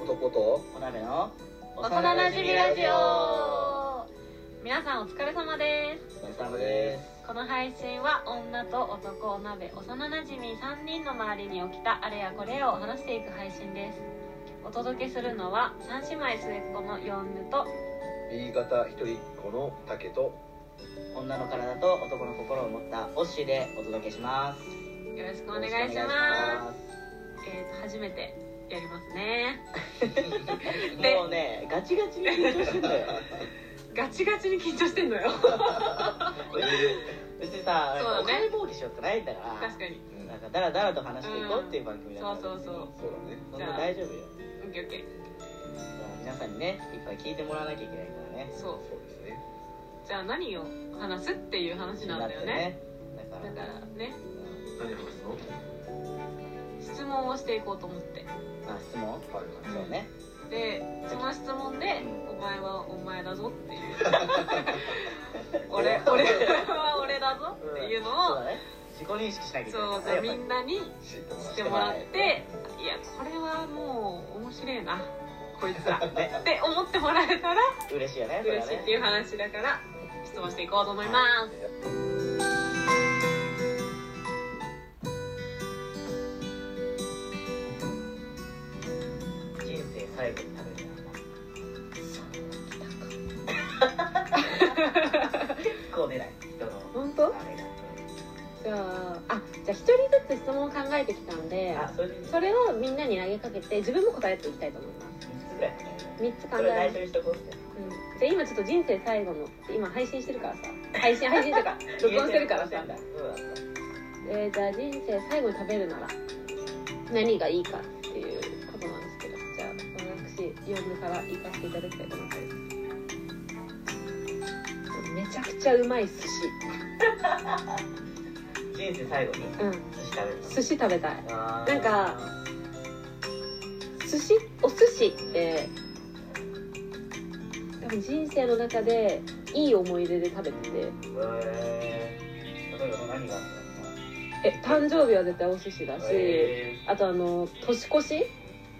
ことこだだよ大人なじみラジオ皆さんお疲れ様でおす疲れ様ですこの配信は女と男お鍋幼なじみ3人の周りに起きたあれやこれを話していく配信ですお届けするのは三姉妹末っ子のヨンヌと B 型一人っ子の竹と女の体と男の心を持ったオッシーでお届けしますよろしくおお願いしますえーと初めてやりますねでもうねガチガチに緊張してんだよガチガチに緊張してんのよ別にさ、そうだねお金儲けしようってないんだから確かにうんなんかダラダラと話していこうっていう番組だから、うんそうそうそうそうだねそんな大丈夫よオッケーオッケ皆さんにねいっぱい聞いてもらわなきゃいけないからーねそうそうですねじゃあ何を話すっていう話なんだよねだかだらからねうん何話すの質問をしていこうと思ってあ質問はいそうねでその質問で「お前はお前だぞ」って いう「俺俺は俺だぞ」っていうそうのをだね自己認識しなきゃいけないそうからそうねみやっんなに知ってま知っすてもらっていやこれはもう面白いなこいつ らっぱりねて思ってもらえた ら嬉しいよねそれ嬉はしいねっていう話だから質問していこうと思います人生最後に食べる結構出ない人の本当あれじゃああじゃあ1人ずつ質問を考えてきたんでがあそれでそれをみんなに投げかけて自分も答えていきたいと思います3つぐらい考える3つ考そえれま内すうんじゃあ今ちょっ緒にしとこうと人生最後の今配信してるからさ配信配信っていうか 録音してるからさそう、だったえー、じゃあ人生最後に食べるなら何がいいかっていうことなんですけどじゃあ私読むから行かせていただきたいと思いますめちゃくちゃうまい寿司人生最後にうん寿司食べる寿司食べたいあーなんか寿司お寿司って多分人生の中でいい思い出で食べててえー例えば何があるえ誕生日は絶対お寿司だのし、えあとあの年越しー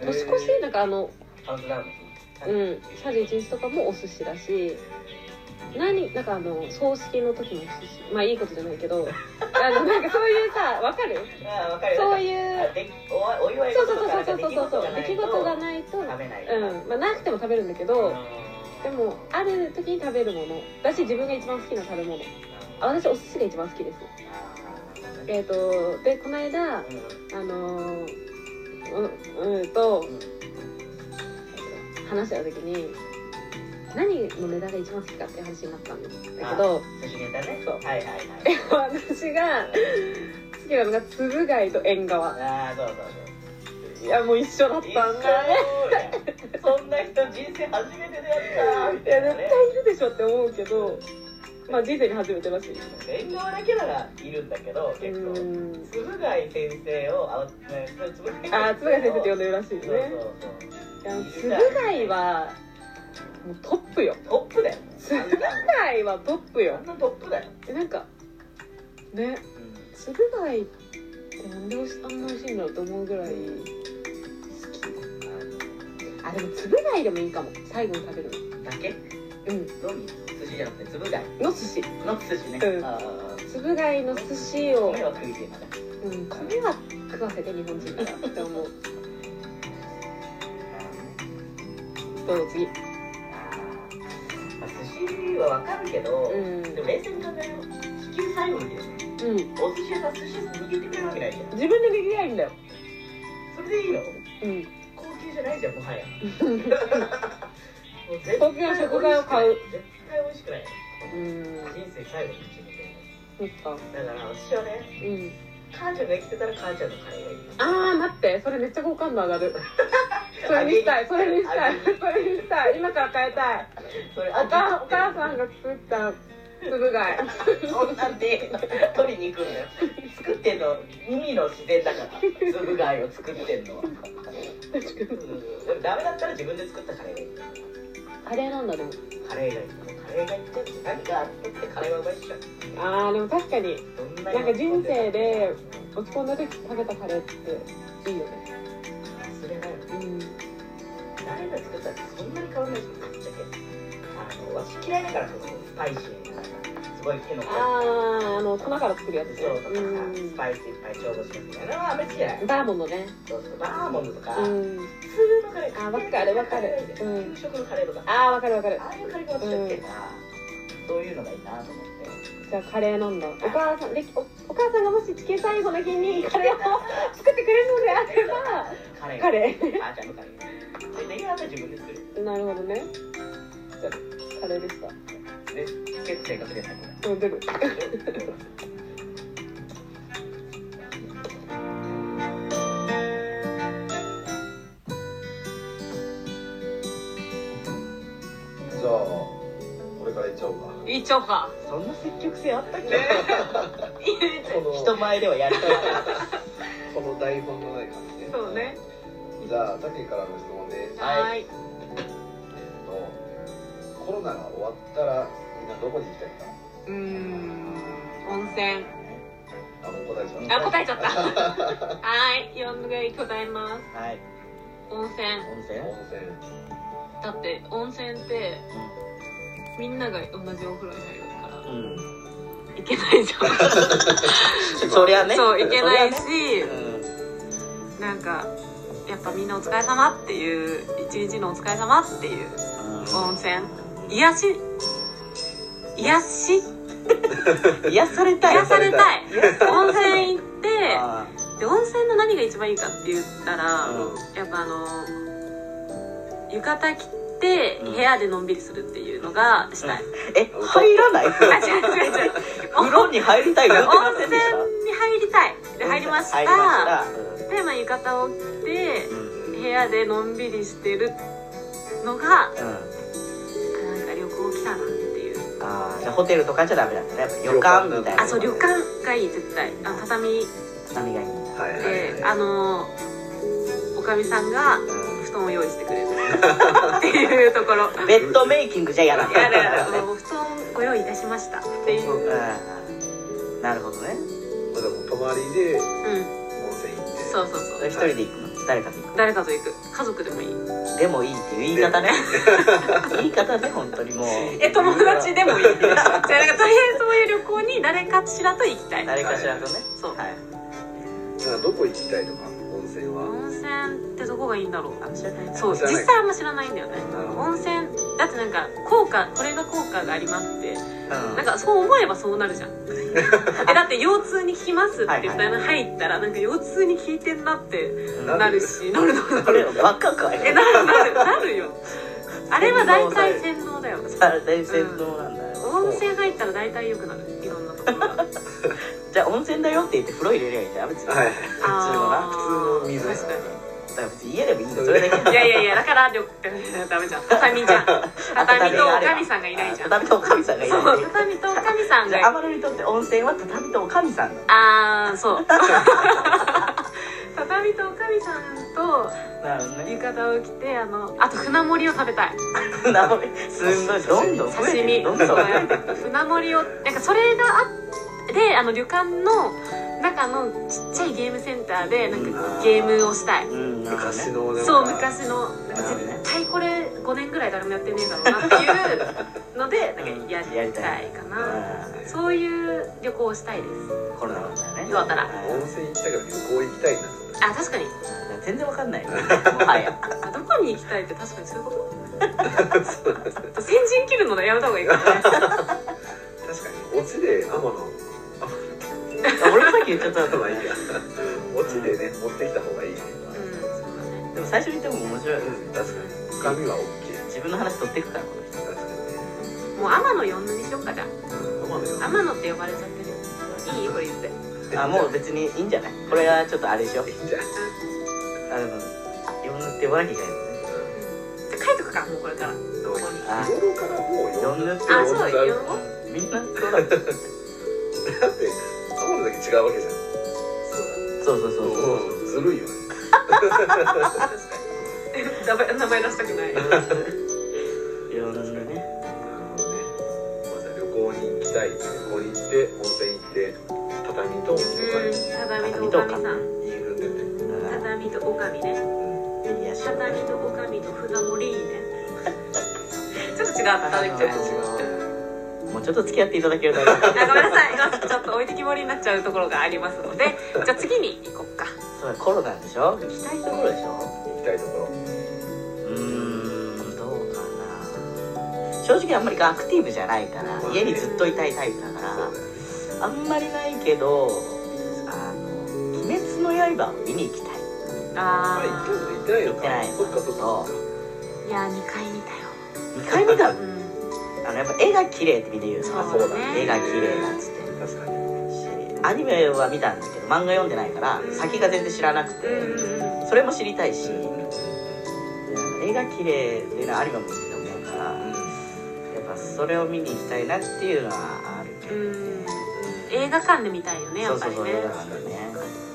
年越しなんかあのカウントダウンうん31日とかもお寿司だし何なんかあの葬式の時もお寿司まあいいことじゃないけどあのなんかそういうさわかるあーわかるそうういうでおお祝いそう事そうとそうかそうそうそうそう出出来来事事ががないないとと食べないうんまあなくても食べるんだけどでもある時に食べるものだし自分が一番好きな食べ物あ私お寿司が一番好きですえっ、とでこの間あのーううーんと話した時に何の値段が一番好きかっていう話になったんだけど寿司ネタねそうはいはいはい私が好きなのがつぶ貝と縁側ああそうそういやもう一緒だっそうたんだね一緒そんな人人生初めてでやったいや絶対いるでしょって思うけどまあ人生に初めてらしい縁側だけならいるんだけどう結構ーんつぶがい先生をあねつぶがいああつぶ貝先生って呼んでるらしいよそうねそうそいやつぶ貝はもうトップようトップだよつぶ貝はトップあよんなトップだよ、えなんかねつぶ貝ってなんであんな美味しいんだろうと思うぐらい好きあでもつぶ貝でもいいかも最後に食べるだけのうんのみ寿司じゃなくてつぶがいの寿司の寿司ね、うんああつぶ貝の寿司を、米は食いてえなうん、米は食わせて日本人からって思うどう次まあ寿司はわかるけど、うんでも冷静に考えよう地球最後にうだよんお寿司屋さん寿司握ってくれるわけないじゃん自分でできないんだよそれでいいのうん高級じゃないじゃんもはやもう高級な食材を買う絶対美味しくないうん人生最後の一年そっかだから私はねうん母ちゃんが生きてたら母ちゃんのカレーがいいあー待ってそれめっちゃ好感度上がるそれにしたいそれにしたいそれにしたい今から変えたいそれお母お母さんが作ったつぶ貝そんなんで取りに行くんだよ作ってんの海の自然だからつぶ貝を作ってんのは確かに俺ダメだったら自分で作ったカレーがいいカレーなんだでもカレーがいいカレーがいいって何かあったってカレーはうまいっしょあーでも確かにどんななんか人生で落ち込んだ時食べたカレーっていいよね忘れないうん大私嫌いだからそうスパイシーなすごい手の込んだあーあの粉から作るやつねそうとかさうんスパイスいっぱい調合してみたいなのはあんまり嫌いバーモンドねそうそうバーモンドとか、うん普通のカレーあわかるわかるうん給食のカレーとかあーわかるわかるああいうカレーが私は好きだから、そういうのがいいなと思ってじゃあカレーなんだお母さんでおお母さんがもし地球最後の日にカレーを作ってくれるのであればカレーカレあーちゃんのカレーそれで今は自分で作るーなるほどねじゃあカレーでしたで結構正確ですねこれうん出るじゃあ俺からいっちゃおうかいっちゃおうかそんな積極性あったっけ、この人前ではやりたいこの台本のない感じねそうねじゃあ竹からの質問ですははいえっとコロナが終わったらみんなどこに行きたいかうーん温泉あもう答えちゃあ答えちゃったはい4回答えますはい温泉温泉う温泉だって温泉ってみんなが同じお風呂に入るからうん行けない じゃ そりゃねんそう行けないそしりゃねうんなんかやっぱみんなお疲れ様っていう一日のお疲れ様っていう温泉癒し癒し癒されたい癒されたい 癒され温泉行っいてあで温泉の何が一番いいかって言ったら、うんやっぱあの浴衣着てうん部屋でのんびりするっていうのがしたい、ーえ入らないあ違う違う違う風呂に入りたいなんてな温って泉んですかに入りたいで入りました入りましで、まあ、浴衣を着てたうん部屋でのんびりしてるのがあうんなんか旅行来たなっていうあーじゃあホテルとかじゃダメなんだねやっぱ旅館みたいなあそう旅館がいい絶対あの畳何がいいんだはいはいはい、であのおかみさんが布団を用意してくれるっていうところベッドメイキングじゃ嫌なんだやだやだお布団ご用意いたしましたっていううんうんなるほどねまあでも泊まりで温うん泉行ってそうそうそう一人で行くの誰かと行く誰かと行く家族でもいいのでもいいっていう言い方ね 言い方ね本当にもうえ友達でもいいじゃあなんかとりあえずそういう旅行に誰かしらと行きたい誰かしらとねそうはいじゃあどこ行きたいとか温泉は温泉ってどこがいいんだろうあ知らないなそう知ら実ない際あんま知らないんだよねなるほど温泉だってなんか効果これが効果がありますってうんなんかそう思えばそうなるじゃんえだって腰痛に効きますって言ったら入ったらなんか腰痛に効いてんなってうんななるしなるなるこれバカかえいなるなるなるよあれは大体洗脳だよさ大戦闘なんだよ温泉入ったら大体良くなるいろんなところがじゃあ温泉だよって言って風呂入れりゃいいんだよ別にだかはいあー普通の水確かにら別に家でもいいんだよそれだけいやいやいやだから旅 ダメじゃん畳じゃん畳とおかみさんがいないじゃんそう畳とおかみさんがいない畳とおかみさんじゃあが天野にとって温泉は畳とおかみさんだあーそう畳とおかみさんとなるほどね浴衣を着てあのあと船盛りを食べたいすんごいどんどん増え刺て身るどんそどうん増えてる船盛りをなんかそれがあってあの旅館の中のちっちゃいゲームセンターでなんかゲームをしたいうんなるほどね昔のそうなんか昔のなんかなるほど絶ね対これ5年ぐらい誰もやってねえだろうなって いうのでなんかやりたいかなそういう旅行をしたいですうんコロナだからねどうだったら温泉行きたいから旅行行きたいなってことあ確かに全然わかんないよねもはやあどこに行きたいって確かにそういう こと先陣切るのやめた方がいいかな確かにオチで天野 俺もさっき言っちゃった頭のいいやオチでね持ってきた方がいいうねんそうだねでも最初に言っても面白いうん確かに深みは大きい自分の話取っていくからこの人確かもう天野呼んだにしよっかじゃあにね天野よ天野って呼ばれちゃってるいいこれ言ってあもう別にいいんじゃないこれはちょっとあれでしょいいんじゃんあでも呼んで呼ばなきゃいけないのねじゃあ書いとくかもうこれから こでもこにあ日頃からもう呼呼んんででっっててあそうだよみんなそうだもんって天野だけ違うわけじゃんそうそうそうそううんずるいよね確かに名前名前出したくないいろんなねなるほどねまあじゃあ旅行に行きたい旅行に行って温泉行って畳とお金畳とおかみさんいいんだよね畳とおかみねう んいやしょうがない畳とおかみと船盛りいいねちょっと違ったみたいな。もうちょっと付き合っていただけるとありがたいあごめんなさい、ちょっと置いてきぼりになっちゃうところがありますので、じゃあ次に行こうか。そうだコロナでしょ行きたいところでしょ行きたいところうーんどうかな正直あんまりアクティブじゃないから家にずっといたいタイプだそうかだよねらあんまりないけど「あの鬼滅の刃」を見に行きたいあ行あってないの行ってなかいそっかそっかそっかー、いや二回見たよ。 2回見たのうん、あのやっぱ絵が綺麗ってみんな言うんですよそうだね絵が綺麗だっつって確かにしアニメは見たんですけど漫画読んでないから先が全然知らなくて、うんそれも知りたいし、絵が綺麗っていうのはアニメも見て思うからやっぱそれを見に行きたいなっていうのはあるけうど、ん、映画館で見たいよね、やそうっぱそうりそうね。映画館でね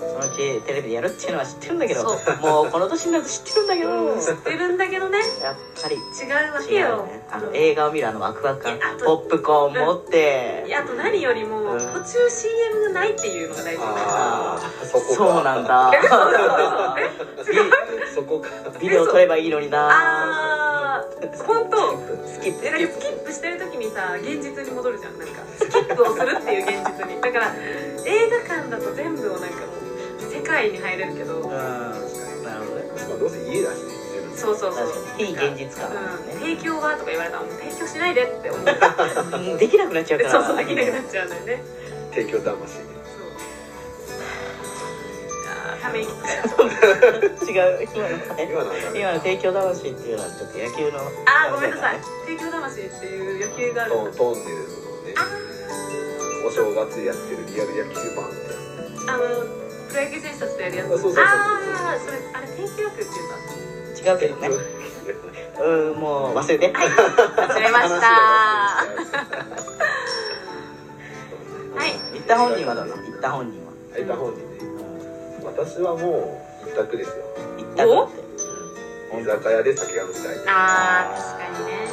そのうちテレビでやるっていうのは知ってるんだけどそもうこの年になると知ってるんだけど、知ってるんだけどね、やっぱり違うわけ違うよよね。あの映画を見るあのワクワク感いやあとポップコーン持って、いやあと何よりもうん途中 CM がないっていうのが大事ああそこかそうなんだ そこかビデオ撮ればいいのになああ本当スキップえだけどスキップしてる時にさ現実に戻るじゃんなんかスキップをするっていう現実にだから映画館だと全部をなんかもう世界に入れるけうんどなるほどねまあどうせ家だしねそうそうそう確かに非現実感うんね提供はとか言われたらもう提供しないでって思 ううんできなくなっちゃうからそうそうできなくなっちゃうのよね提供魂ねそうあーため息つかれちゃう違う今のね今なんだ今の提供魂っていうのはちょっと野球のあーごめんなさい提供魂っていう野球があるトントンネルのねお正月やってるリアル野球版ってやつあのプロ野球選手たちとやるやつあそうそうそうああそれあれ天気学ってい うん違うけどねうんもう忘れてはいだ忘れましたは行った本人はだな行った本人ははい他本人ね私はもう一択ですよ行ったのって居酒屋で酒が飲みたいいああ確かにね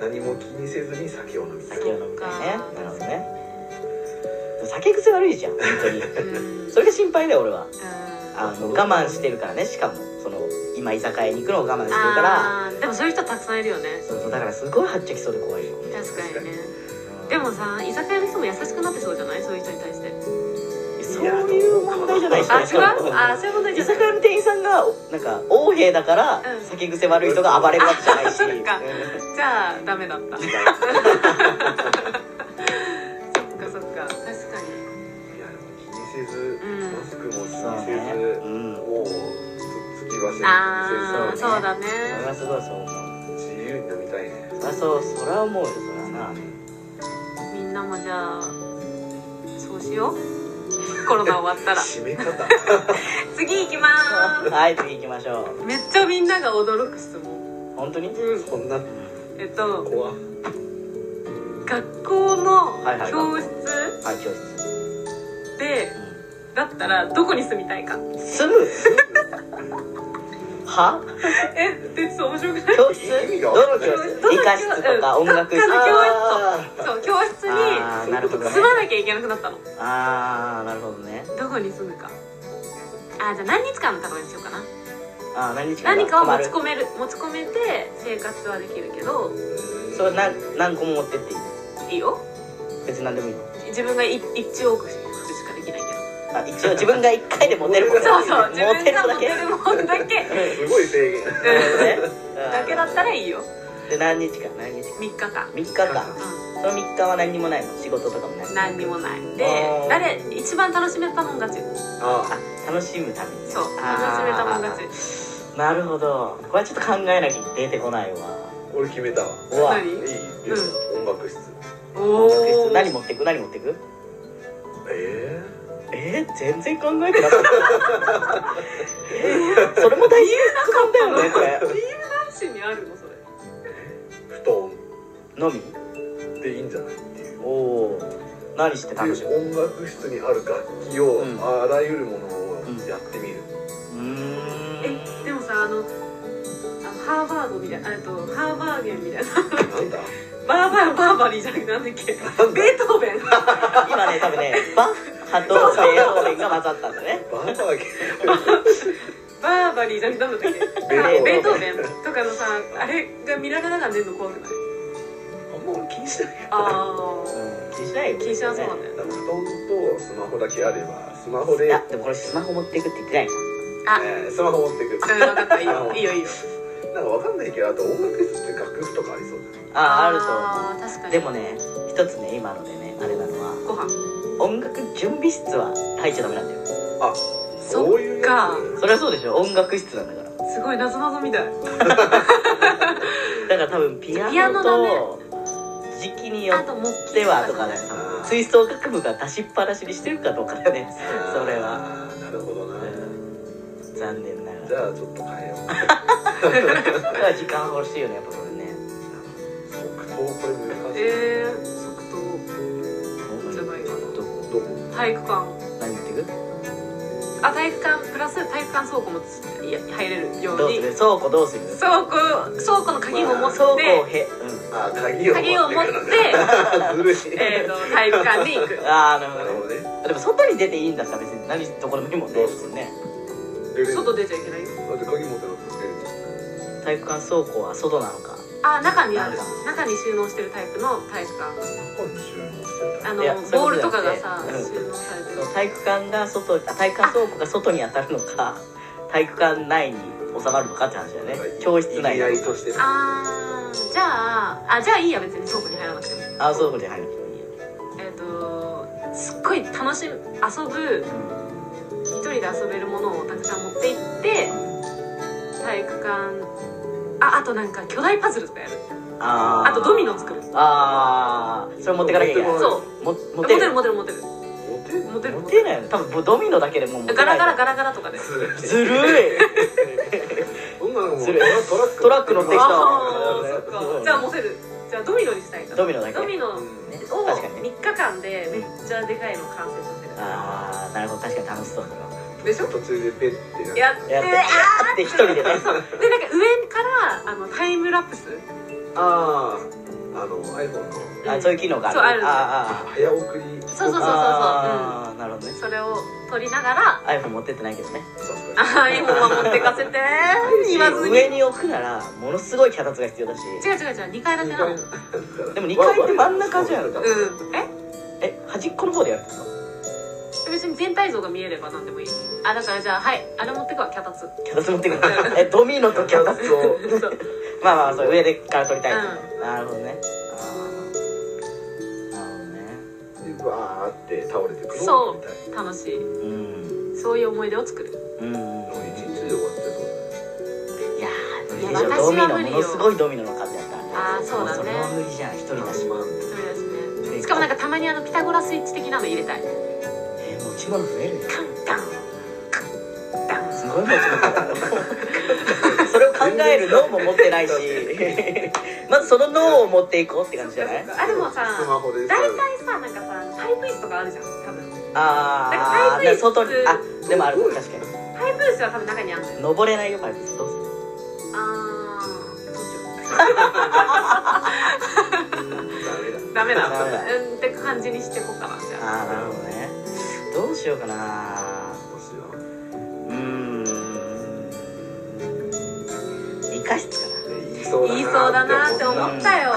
何も気にせずに酒を飲みたい酒を飲みたいねなるほどね酒癖悪いじゃん本当にうんそれが心配だよ俺はあ あの我慢してるからねしかもその今居酒屋に行くのを我慢してるからあーでもそういう人たくさんいるよねそうそうだからすごいはっちゃきそうで怖いよ確かにねでもさ居酒屋の人も優しくなってそうじゃないそういう人に対してそういう問題じゃないしあねし違うかもあーそういう問題じ居ゃな酒い屋の店員さんがなんか横兵だからうん酒癖悪い人が暴れるわけじゃ ないし、あそっかじゃあダメだったそっかそっか確かにいやでも気にせず、うんマスクも気にそうせねず、うんもうつつき橋あもあ気にせずそうだねそれはすごいそう思う自由に飲みたいねそりゃそうそりゃ思うよそりゃなみんなもじゃあそうしようコロナ終わった ら締め方次行きまーはい次行きましょすめっちゃみんなが驚く質問う本当にそんなえっと怖学校のはいはい教室はい教室でだったらどこに住みたいか 住むはえってちょっと面白くない教室意味がどの教ど室の教理科室とかうん音楽ど室っかの教室あそう教室ーにあーなるほどね住まなきゃいけなくなったのあーなるほどねどこに住むかあーじゃあ何日間のとこにしようかなあー何日か何かを持ちる込める持ち込めて生活はできるけどそれ何何個も持ってっていいいいよ別に何でもいいの自分がい一往復しかできないけどあ一応自分が一回で持てるもんそうそう自分持てるがだ持てけるもんだけすごい制限だけだったらいいよで何日か何日か3日間3日間うその3日は何にもないの仕事とかもないん何にもないであー誰一番楽しめたもん勝ちああ楽しむためにそうあー楽しめたもん勝ちなるほどこれはちょっと考えなきゃ出てこないわ俺決めたわうわいい、何音楽室お音楽ー室何持ってく何持ってくええー、全然考えてなかったえーそれも大事な考だよねこれ何しにあるのそれえ布団のみでいいんじゃないっていうおお何して楽しむ音楽室にある楽器を、うんあらゆるものをやってみる、うーえんでもさあのあのハーバードみたいなあとハーバーゲンみたいななんだバーバーバーバリーじゃなくてなんだっけベートーベン今ね多分ねバッハとベートーベンが混ざったんだねバーバーゲバーバリーじゃなくてなんだったっけベートーベンベートーベンとかのさあれが見られながら寝るの怖くないもう気にしないよああうん、気にしないよ気にしなそうなんだよ多分布団とスマホだけあればスマホいで、ねや、でもこれスマホ持っていくって言ってないスマホ持ってうくん分かったいいよいいよいいよなんかわかんないけどあと音楽室って楽譜とかありそうじゃないああると思あー確かうにでもね一つね今のでねあれなのはご飯音楽準備室は入っちゃダメなんだよそいっうやつかそれはそうでしょ音楽室なんだからすごいなぞなぞみたいだから多分ピピアアノノだねと時期によあっともうてはとかだよ多分吹奏楽部が出しっぱなしにしてるかどうかだよねそれはあーなるほどな、うん残念ながらじゃあちょっと変えようだから時間欲しいよねやっぱこれね即答これ難しい、えー即答じゃないかなどこどう体育館何言ってくあ体育館プラス体育館倉庫もついや入れるよどううするに倉庫どうする倉庫倉庫の鍵も持っ倉庫をてへ、あ鍵を鍵を持ってずるいえーと体育館に行うくん、ああなるほなどるねほどねでも外に出ていいんだったら別に何どこでもいいもんねそうそうねレベル外出ちゃいけないよだって鍵持ってなくて体育館倉庫は外なのかあ中にあるなんだ中に収納してるタイプの体育館本中にしてあたのいやボールとかがさそういうことだ収よね納されてそるの体育館が外あ体育館倉庫が外に当たるのか体育館内に収まるのかって話だよね教室内意味合のいとしてああーじゃああじゃあいいや別に倉庫に入らなくてもああ倉庫に入るといいよえっ、とすっごい楽しむ遊ぶ一人で遊べるものをたくさん持っていって体育館ああとなんか巨大パズルとかやるあーあとドミノ作るああそれ持ってかなきゃいけない持ってそうも持モテてるるモテるモテるモテるモテる持モてテないよ多分ドミノだけでもう持てるガラないガラガラガラとかでずるいずるい女の子ずるいトラックトラック乗ってきたあーそっかじゃあモテるじゃあドミノにしたいからドミノだけドミノをうん確かに3日間でめっちゃでかいの完成させるああなるほど確かに楽しそうだなでしょ途中でペッてなやってやってあって一人でねでなんか上からあのタイムラプスあああの iPhone のあそういう機能があるそうあるあーあー早送そりうそうそうそうそう、あーなるほどうん、ねそれを撮りながら iPhone 持ってってないけどね「ああ今は持ってかせて」言わずに上に置くならものすごい脚立が必要だし違う違う違う2階建てなのうんでも二階って真ん中じゃんええ端っこの方でやるんですか別に全体像が見えれば何でもいいあだからじゃあはいあれ持ってくわ脚立脚立持ってくるえドミノと脚立をそうまあまあそう上でから取りたい、うなるほどねあーなるほどねうわーって倒れてくるそうみたい楽しいうんそういう思い出を作るうんな一日で終わってそうだねいやーいやでしょド私ミはノ無理もよのすごいドミノの数やったらねあーそうだねもそれは無理じゃん一人だし100万それだしねしかもなんかたまにあのピタゴラスイッチ的なの入れたいえー、持ち物増えるよカンカンカンカンすごい持ち物 それを考える脳も持ってないし まずその脳を持っていこうって感じじゃないあでもさスマホで大体さなんかさパイプ椅子とかあるじゃん多分あだあから外パイにプ椅子あでもある確かパイプ椅子は多分中にあるんだよに登れないよパイプどうするあーどうしようダメだダメだダメだうんって感じにしてこうかなじゃあああなるほどねどうしようかなもしはうーん理科室かな言いそう言いそうだなって思うったよ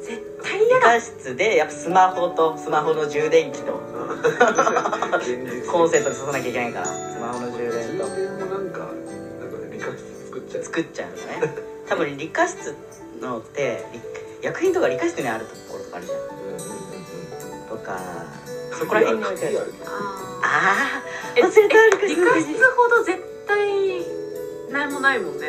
絶対嫌理だ科室でやっぱスマホとスマホの充電器となって現実コンセントに注さなきゃいけないからスマホの充電と充電もなんかなんかね理科室作っちゃう作っちゃうのね多分理科室のってり薬品とか理科室にあるところとかあるじゃんうんうんうんとかそこら辺に置いてある鍵あるあああえ忘れたー理理科科室室ほど絶対何もないもんね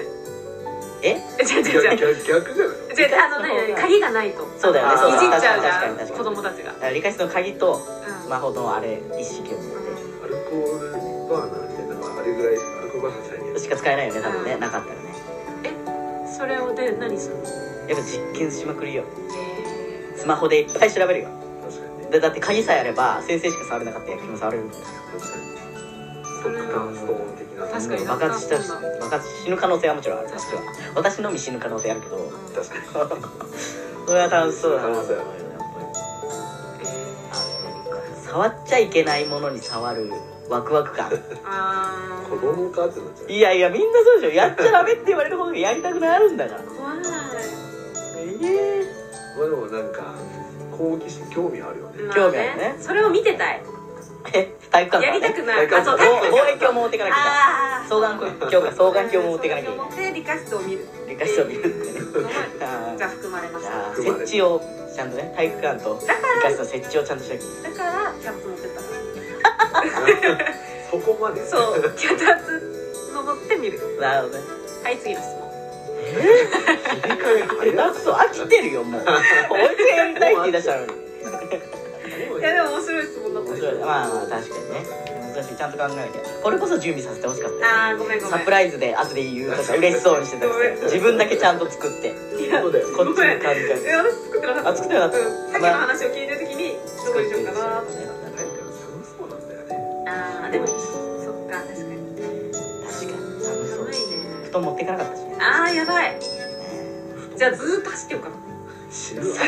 ええ違う違う違う逆逆じゃない違うあのね鍵がないとそうだよねそういだじっちゃうじ確かにゃ確かんに子供たちがだから理科室の鍵とうんスマホのあれ一式を持っうアルコールバーナーみたいなのがあれぐらいアルコールバーナーじゃないてしか使えないよね多分ねうんなかったらねんそれをで何するのやっぱ実験しまくりよえスマホでいっぱい調べるよ確かにねでだって鍵さえあれば先生しか触れなかった薬品も触れるんだよ確かにーそれダンストーン的な確かに爆発したらそうだ爆発死ぬ可能性はもちろんある確かに私のみ死ぬ可能性あるけど確かにそれは楽しそうだ可な能性ある触っちゃいけないものに触るワクワク感あー子供かってなっちゃういやいやみんなそうでしょやっちゃダメって言われる方がやりたくなるんだから怖いええまあなんか好奇心興味あるよねまあ興味あるねそれを見てたいえ体育館やりたくないあそう望体育館遠鏡も持っていかなきゃああいけない双眼鏡か双眼鏡も持っていかなきゃいけないで理科室を見る理科室を見るってねのはあーが含まれましじたゃあ設置をちゃんとね体育館と理だから科室の設置をちゃんとしなきゃいけなだいからキャップ持ってったそこま でそう脚立登って見るなるほどねはい次の質問切り替ええ早なっそう飽きてるよもう保育園みたいって言い出したのにいやでも面白い質問だった面でし白いょまあまあ確かにね難しいちゃんと考えなきゃこれこそ準備させてほしかったあーごめんごめサんプライズで後で言うとか嬉しそうにしてたりごめんして自分だけちゃんと作ってそうだよこっちの感じがえ私作ってなかったあ作ってなかったうんさっきの話を聞いてる時にどこにしようかな作ってるんですよねなんか寒そうなんだよねあーでもそっか確かに確かに寒そう寒いね布団持っていかなかったしねあーやばいじゃあずーっと走ってようかな死ぬ わそ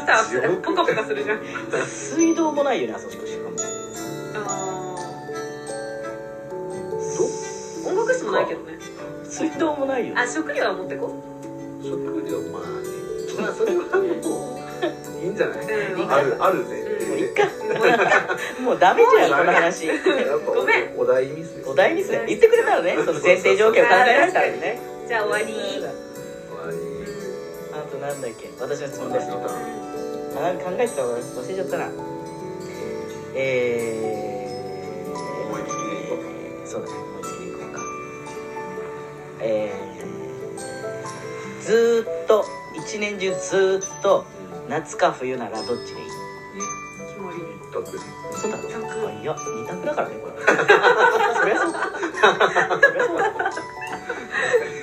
したら足がポカポカするじゃん水道もないよねあそこしかもあー音楽室もないけどね水道もないよねあ食料は持ってこ食料まあねまあそれはもういいんじゃないうあるあるねうんもういっねか もうダメじゃんこの話やっぱごめんお題ミスですお題ミスね言ってくれたのねその前提条件を考えられたらねじゃあ終わり終わりあとなんだっけ私の質問で私すのターンあなんか考えてたの忘れちゃったなえー、思いつきでいこうそうだね思いつきでいこうかえー、ずーっと一年中ずーっと夏か冬ならどっちがいい決まりだってそうだろ択いや二択だからねこれ そりゃそうだそりゃそうだ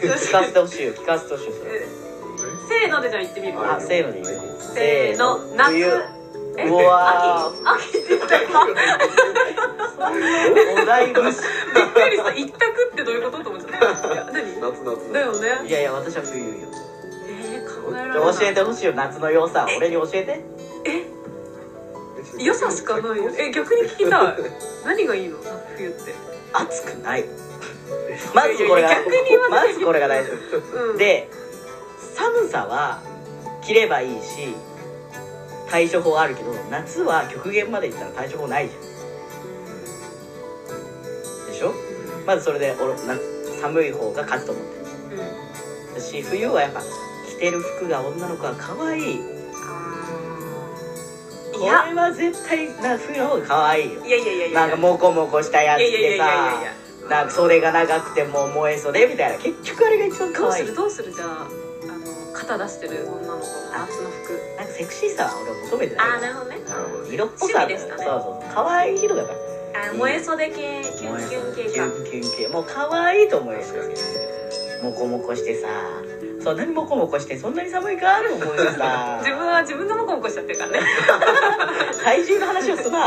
聞かせてほしいよ聞かせてほしいよそれせーのでじゃあ行ってみるあせーのでいいせーの夏冬えうわー秋秋って言った今びっ お題無く視りした一択ってどういうことと思っちゃった いや何夏夏だよねいやいや私は冬よえー、考えられない教えてほしいよ夏の良さ俺に教えて夏良さしかないよえ逆に聞き たい何がいいの冬って暑くない まずこれが逆にまずまずこれが大事うんで寒さは着ればいいし対処法あるけど夏は極限までいったら対処法ないじゃんでしょまずそれで俺な寒い方が勝つと思ってうんるだし冬はやっぱ着てる服が女の子は可愛あいーこいれやは絶対な冬の方が可愛いよいやいやいやいやなんかモコモコしたやついやいやでいやいやいさやなんか袖が長くてもう萌え袖みたいな結局あれが一番ど可う愛すいるどうするじゃああの肩出してる女の子の夏の服なんかセクシーさは俺は求めてああななるほどねなるほどい色っぽさ趣味ですかねそうそうそう可愛い色だからあー燃え袖系キュンキュン系キかュンキュン系もう可愛いと思うよ確かにモコモコしてさそんなにモコモコしてそんなに寒いかと思うよさ 自分は自分のモコモコしちゃってるからね体重の話をす な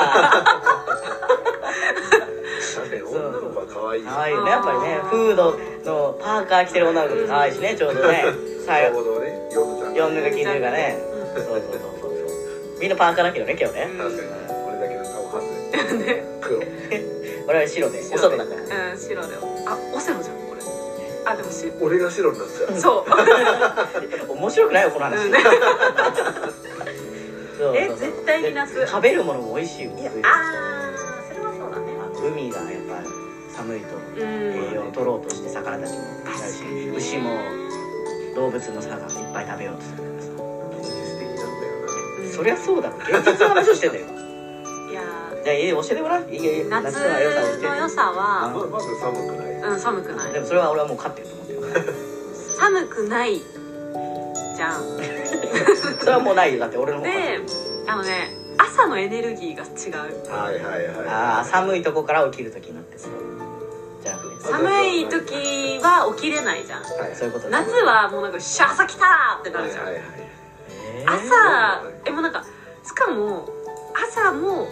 だって女の子は可愛い可愛いよねやっぱりねフードのパーカー着てる女の子って可愛いしねちょうどねな最る後ほどねヨムちゃん4抜きというかねそうそうそうそうみんなパーカーだけどね今日ね確かに俺だけの顔はずれね黒俺は白でお外だからうん白だよあオセロじゃんこれあでもし俺が白になっちゃうそう面白くないよこの話うんそうえそうそう絶対に夏で食べるものも美味しいもんいや冬あーそれはそうだね海がやっぱ寒いと栄うん養を取ろうとして魚たちもいたし牛も動物もさいっぱい食べようとするからさ現実的なんだよそりゃそうだろ現実の話をしてんだよいやじゃあ いいよ教えてもらういいよいいよー夏の良さをの良教さなはままず寒くないうん寒くなえていでもそれは俺はもう勝ってると思ってるから寒くないじゃんそれはもうないよだって俺の方がであのね朝のエネルギーが違うはいはいはいああ寒いとこから起きる時になってさじゃなくてささ寒い時は起きれないじゃんはいそういうことね夏はもうなんか「シャー朝来た!」ってなはるいじゃんはいはいえー朝えもうなんかしかも朝も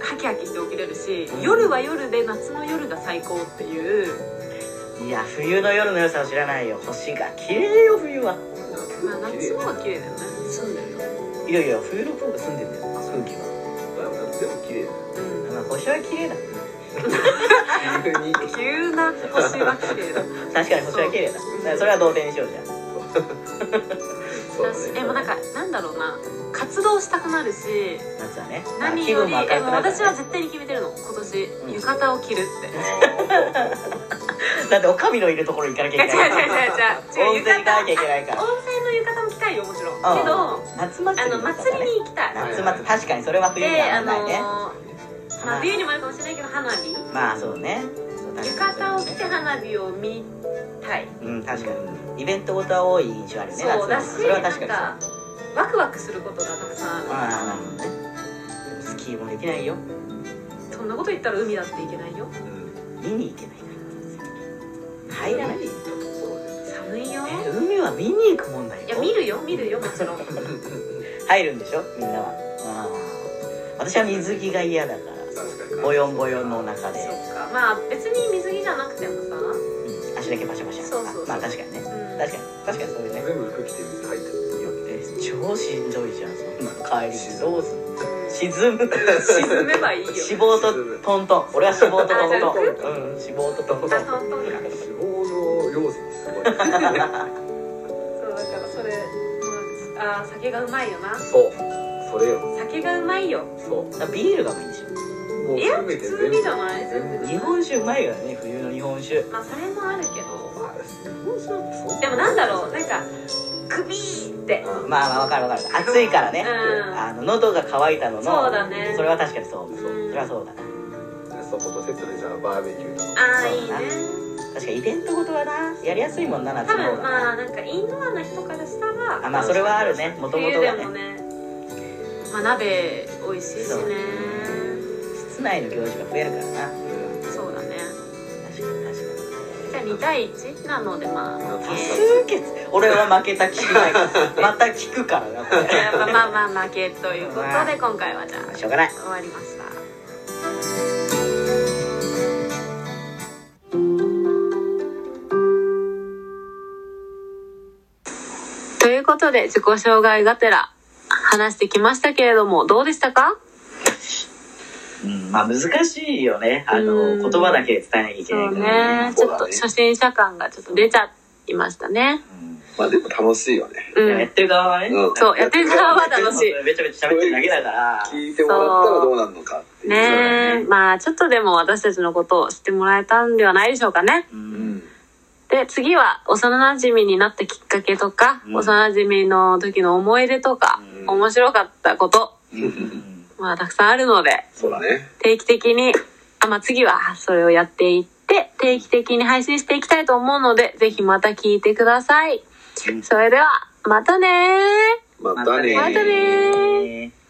ハキハキして起きれるしうん夜は夜で夏の夜が最高っていう、いや冬の夜の良さを知らないよ星が綺麗よ冬はまあ、夏の方が綺麗だよね住んでるいやいや冬の方が住んでんだよ空気はでも綺麗の、まあ星は綺麗だ急にうん、急な星は綺麗だ確かに星は綺麗だだからそれは同点にしようじゃんそうだだしねえもうなんかなんだろうな活動したくなるし夏はねまあ何気よ分りも明るくえもうなる私は絶対に決めてるの今ん年浴衣を着 るってだっておかみのいるところ行かなきいやゃ違いうけない違う違う違う違う温泉行かなきゃいけあないから温泉の浴衣も着たいよもちろんうんけど夏あ祭りのとかね祭りに行きたい夏祭り確かにそれは冬にではあ合わないねのまあ冬にもあるかもしれないけど花火まあそうね浴衣を着て花火を見たいうん確かにイベントごとは多い印象あるよね夏そうだしそれは確かになんかワクワクすることがたくさんそうあああなるほどねスキーもできないよるそんなこと言ったら海だって行けないよ見に行けないから入らない寒いよえ海は見に行くもんだよいや見るよ見るよもち ろん入るんでしょみんなはうん私は水着が嫌だからボヨンボヨンの中でそっかまあ別に水着じゃなくてもさうん足だけパシャパシャそうそうそうあまあ確かにねうん確かに確かにそういうね全部服着て水入ってるいいよねえ超しんどいじゃんそんなの帰りにどうするうん沈む沈めばいいよ脂肪とトントン俺は脂肪とトントンあそううん脂肪とトントあントントンか脂肪の量子にすごいそうだからそれまああー酒がうまいよなそうそれよ酒がうまいよそうもうあビールがもいいでしょいや含め普て通全に部じゃない全部日本酒うまいよね冬の日本酒まあそれもあるけどまあ日本酒なんてそんでもなんだろうなんか首ってうんまあまあわかるわかる暑いからねうんあの喉が渇いたののそうだねそれは確かにそううんそれはそうだなそことセットでじゃあバーベキューとかああいいね確かにイベントごとはなやりやすいもんな夏多の方分がまなあなんかインドアな人からしたらあまあそれはあるねもとも冬とでがもねねまあ鍋美味しいしそうね室内の行事が増えるからなそうだね確かに確かにじゃあ2対1なので まあうん負け数決俺は負けた気し ないからまた聞くからなこれやっぱまあまあ負けということで今回はじゃあしょうがない終わりましたということで自己障害がてら話してきましたけれどもどうでしたかうんまあ難しいよねあうのん言葉だけで伝えなきゃいけそないうからねちょっと初心者感がちょっと出ちゃいましたねうんまあでも楽しいよね。うやっんてる側はねうんそうやってる側は楽しい めちゃめちゃ喋ってるだけだから聞いてもらったらどうなるのかっていう。ねえまあちょっとでも私たちのことを知ってもらえたんではないでしょうかねううんん。で次は幼馴染になったきっかけとか、うん幼馴染の時の思い出とか、うん面白かったこと、うんまあ、たくさんあるのでそうだね。定期的にあ、まあ、次はそれをやっていって定期的に配信していきたいと思うのでぜひまた聞いてください。それではまたねー またねまたねーまたねー